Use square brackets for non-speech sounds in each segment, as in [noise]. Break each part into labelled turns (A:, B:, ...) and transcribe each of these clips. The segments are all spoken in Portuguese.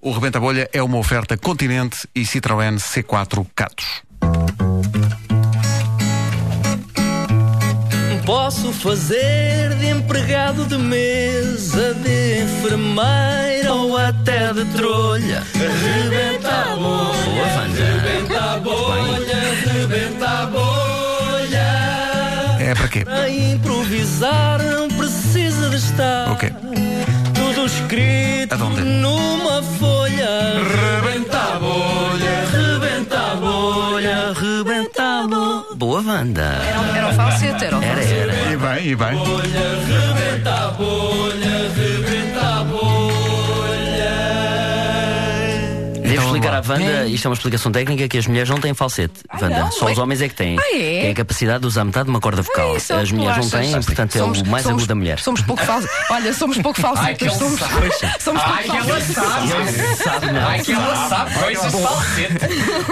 A: O Rebenta Bolha é uma oferta Continente e Citroën C4 Catos.
B: Posso fazer de empregado de mesa, de enfermeira ou até de trolha. Rebenta a bolha, rebenta a bolha, rebenta a bolha.
A: É para quê?
B: Para improvisar não precisa de estar
A: Ok.
B: tudo escrito
A: Aonde?
B: numa folha. Rebenta a bolha, rebenta a bolha, rebenta a É um bolha. Boa banda.
C: Era o falsete, era o
B: Era,
C: falsete.
B: era.
A: E bem, e bem.
B: Rebenta a bolha, rebenta a
C: Então,
B: bolha. Devo explicar à Wanda, isto é uma explicação técnica, que as mulheres não têm falsete. Wanda,
C: Ah, não?
B: só os
C: Ué.
B: homens é que têm.
C: Ah, é?
B: Têm a capacidade de usar metade de uma corda vocal.
C: isso é o
B: as
C: que tu
B: mulheres não
C: achas.
B: têm, portanto é
C: Somos-
B: o mais
C: somos-
B: agudo da mulher.
C: Somos pouco falsos. Olha, somos pouco falsetas. Somos, somos pouco falsetas.
D: Ai, que ela sabe coisas falsete.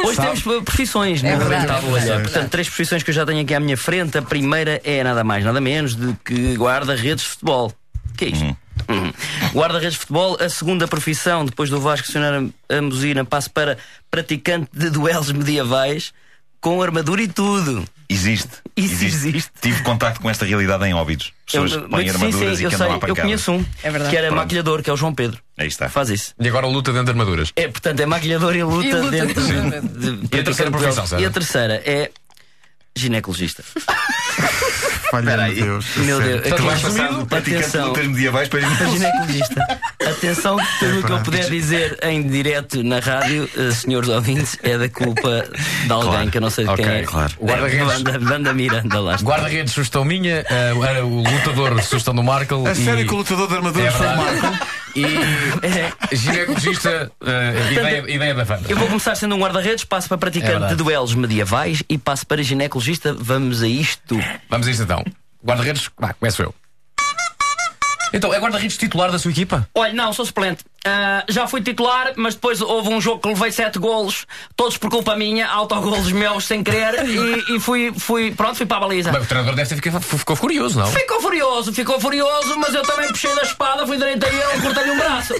B: Hoje temos profissões, né?
C: verdade,
B: Rebenta a
C: é
B: bolha.
C: verdade.
B: Portanto, três profissões que eu já tenho aqui à minha frente. A primeira é nada mais, nada menos do que guarda-redes de futebol. que é isto? Uhum. Guarda-redes de futebol, a segunda profissão, depois do Vasco acionar a, a Muzina, passo para praticante de duelos medievais com armadura e tudo.
E: Existe.
B: Isso existe.
E: Tive contacto com esta realidade em óbidos. Pessoas que põem
B: muito- sim,
E: armaduras e
B: sim, eu
E: que andam à
B: sei, eu
E: pancada.
B: conheço um
C: É verdade.
B: que era
E: Pronto.
B: maquilhador, que é o João Pedro.
E: Aí está.
B: Faz isso.
D: E agora luta dentro de armaduras.
B: É, portanto, é maquilhador e luta,
C: E luta
B: dentro de,
C: dentro
B: de-
D: E a terceira profissão, Sara?
B: E a terceira é ginecologista.
A: Falha
E: Peraí.
A: de Deus.
B: Meu Deus,
E: É
B: é
D: Então tu vais
B: atenção,
D: passar do
E: Praticante de
B: um atenção,
E: lutas medievais para
B: a ginecologista. Atenção, que tudo o que eu puder dizer em direto na rádio, eh, senhores ouvintes, é da culpa de alguém
E: Claro.
B: que eu não sei de
D: Ok,
B: quem é.
E: claro.
B: Da
D: Guarda-redes.
B: Banda, banda Miranda lá. está.
D: Guarda-redes, sugestão minha. eh, era o lutador, sugestão do Markle.
A: A
D: e-
A: sério que o lutador de
D: É
A: armaduras foi o Marco?
D: verdade.
B: É,
D: E ginecologista, eh, ideia, ideia da Wanda.
B: Eu vou começar sendo um guarda-redes, passo para
D: É
B: praticante de
D: verdade.
B: duelos medievais e passo para ginecologista. Vamos a isto.
D: Vamos a isto então. Guarda-redes, vá, começo eu. Então, é guarda-redes titular da sua equipa?
B: Olha, não, sou suplente. Ah, já fui titular, mas depois houve um jogo que levei sete golos, todos por culpa minha, autogolos meus sem querer, e, e fui, fui, pronto, fui para a baliza.
D: Bem, o treinador deve ter ficado, ficou furioso, não?
B: Ficou furioso, ficou furioso, mas eu também puxei da espada, fui direito a ele, cortei-lhe um braço.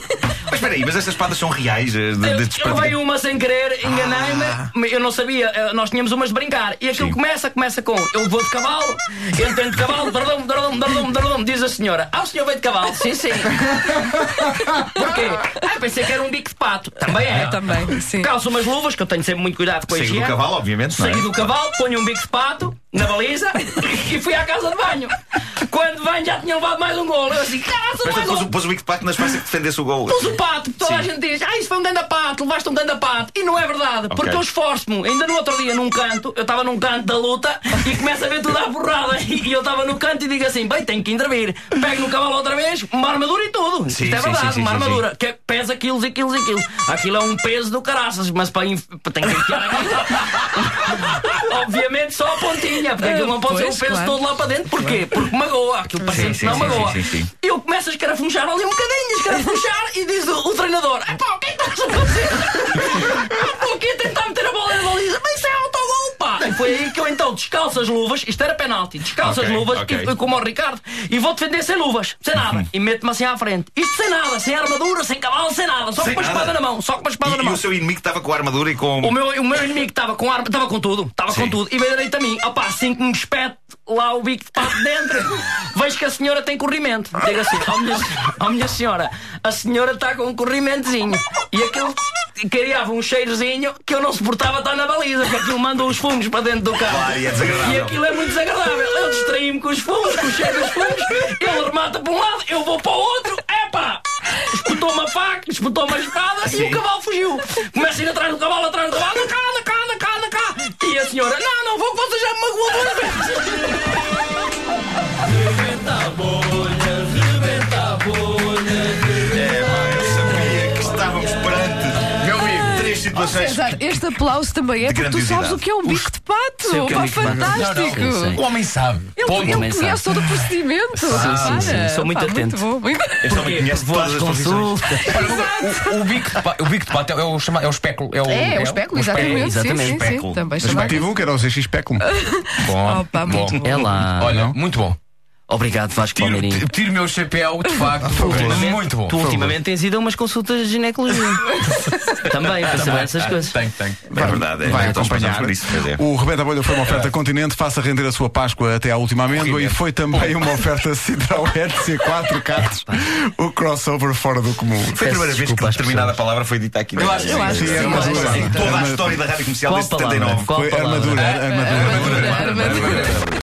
E: Mas espera aí, mas estas espadas são reais? eh, De,
B: Eu,
E: destes
B: eu levei
E: praticantes?
B: uma sem querer, enganei-me, mas eu não sabia, eh, nós tínhamos umas de brincar. E aquilo
E: Sim.
B: começa, começa com eu vou de cavalo, eu tenho de cavalo, dardum, dardum, dardum, dardum, diz a senhora. Ah, o senhor veio de cavalo? Sim, sim. Porquê? Ah, pensei que era um bico de pato. Também é.
C: Também, sim.
B: Calço umas luvas, que eu tenho sempre muito cuidado com a
E: Saí do
B: higiene.
E: cavalo, obviamente, não é?
B: Saí do cavalo, ponho um bico de pato na baliza [laughs] e fui à casa de banho. Quando venho já tinha levado mais um gol. Eu assim, caraca,
E: Mas
B: mais
E: depois
B: um
E: o- pôs o Wick Pack na esperança que defendesse o gol.
B: Pus o um pato, toda a
E: Sim.
B: gente diz, ah, isso foi um ganda pato, levaste um ganda pato. E não é verdade, porque eu esforço-me. Ainda no outro dia, num canto, eu estava num canto da luta e começo a ver tudo à porrada. [laughs] E eu estava no canto e digo assim, bem, tenho que intervir. Pego no cavalo outra vez, uma armadura e tudo.
E: Sim,
B: Isto é
E: sim,
B: verdade,
E: sim, sim,
B: uma
E: sim,
B: armadura que pesa quilos e quilos e quilos. Aquilo é um peso do caraças, mas para inf... tem que enfiar aquilo. [laughs] Obviamente só a pontinha, porque aquilo não pode
C: Pois,
B: ser o peso
C: claro.
B: todo lá para dentro. Porquê? Porque magoa, aquilo parece que
E: sim,
B: não
E: sim,
B: magoa.
E: sim, sim, sim.
B: E eu começo a escarafunchar ali um bocadinho, escarafunchar, e diz o, o treinador: Ah pá, o que é que estás a [laughs] fazer? Ah, pá, o que é tentar meter a bola na baliza? Mas isso é autogol, pá! E foi aí que eu então descalço as luvas, isto era penalti, descalço
E: Ok,
B: as luvas,
E: ok. Uhum.
B: e, e como o Ricardo, e vou defender sem luvas, sem nada, e meto-me assim à frente. Isto sem nada, sem armadura, sem cavalo, sem nada, só
E: Sem
B: com uma
E: nada.
B: espada na mão, só com uma espada na
E: E, e
B: mão.
E: o seu inimigo estava com a armadura e com.
B: O meu, o meu inimigo estava com arma, estava com tudo, estava com
E: Sim.
B: tudo. E veio direito a mim, opá, assim que me espete lá o bico de pato dentro, vejo que a senhora tem corrimento. Digo assim, ó minha, ó minha senhora, a senhora está com um corrimentozinho. E aquilo criava um cheirozinho que eu não suportava estar na baliza, que aquilo manda os fungos para dentro do carro.
E: Claro, e é desagradável.
B: E aquilo é muito desagradável. Eu distraí-me com os fungos, com o cheiro dos fungos, ele remata para um lado, eu vou para o outro, epá! Espetou uma faca, espetou uma espada e o cavalo fugiu. Começa a ir atrás do cavalo, atrás do cavalo, cá, na cá, na cá, na cá. E a senhora, não, não vou que você já me magoou duas vezes.
E: É, pá, eu sabia que estávamos perante
D: Meu amigo.
E: três situações.
C: César, este aplauso também é
E: De
C: porque tu sabes
E: grandiosidade.
C: o que é um bico de pato.
B: Sei o que é um
C: Opa,
B: bico de pato.
C: fantástico.
B: Não, não, sim, sim.
D: O homem sabe.
C: Ele,
D: Ponto.
C: ele conhece todo o procedimento.
B: sim, sim.
C: Para.
B: Sou muito
C: Pá,
B: atento.
C: bom, muito-
E: Este homem conhece
B: Vou
E: todas
B: às
E: as profissões.
B: consultas.
D: um. O, o bico de pato, o bico de pato é o, chama, é o espéculo.
B: Um
D: É o,
C: É, o especulo, exatamente. sim,
B: exatamente, Um
C: sim, sim,
E: espéculo.
C: Também
A: Mas
C: chamado.
A: É. tive um que era o ZX Peculum.
D: Bom,
C: Opa, muito
D: bom.
C: bom.
B: É lá.
D: Olha, muito bom.
F: Obrigado, Vasco
D: Tiro,
F: Ah, Palmeirinho.
D: ti- tiro meu chapéu, de
F: [laughs]
D: facto. Muito bom.
F: Tu ultimamente tens ido a umas consultas de
E: [laughs]
F: ginecologia. Também, para saber
E: Ah,
F: essas coisas.
D: Ah, Tenho, tenho.
E: É verdade, é
A: Vai
E: Então,
A: acompanhar.
E: passamos por isso, pois é.
A: O Rebenta Bolha foi uma oferta continente, faça render a sua Páscoa até à última amêndoa e foi também uma oferta Citroën C4 Catos,
D: Tá.
A: o crossover fora do comum.
E: Foi a primeira
F: Peço
E: vez que
F: desculpa às
E: determinada
F: pessoas.
E: palavra foi dita aqui.
D: Eu acho- eu acho
C: que sim,
E: Em
C: eu acho que sim.
E: Toda a história da rádio comercial
F: Qual
E: desde
F: palavra?
E: 79.
F: Qual
A: Foi
D: É,
F: palavra?
A: armadura, armadura.
C: Armadura, armadura.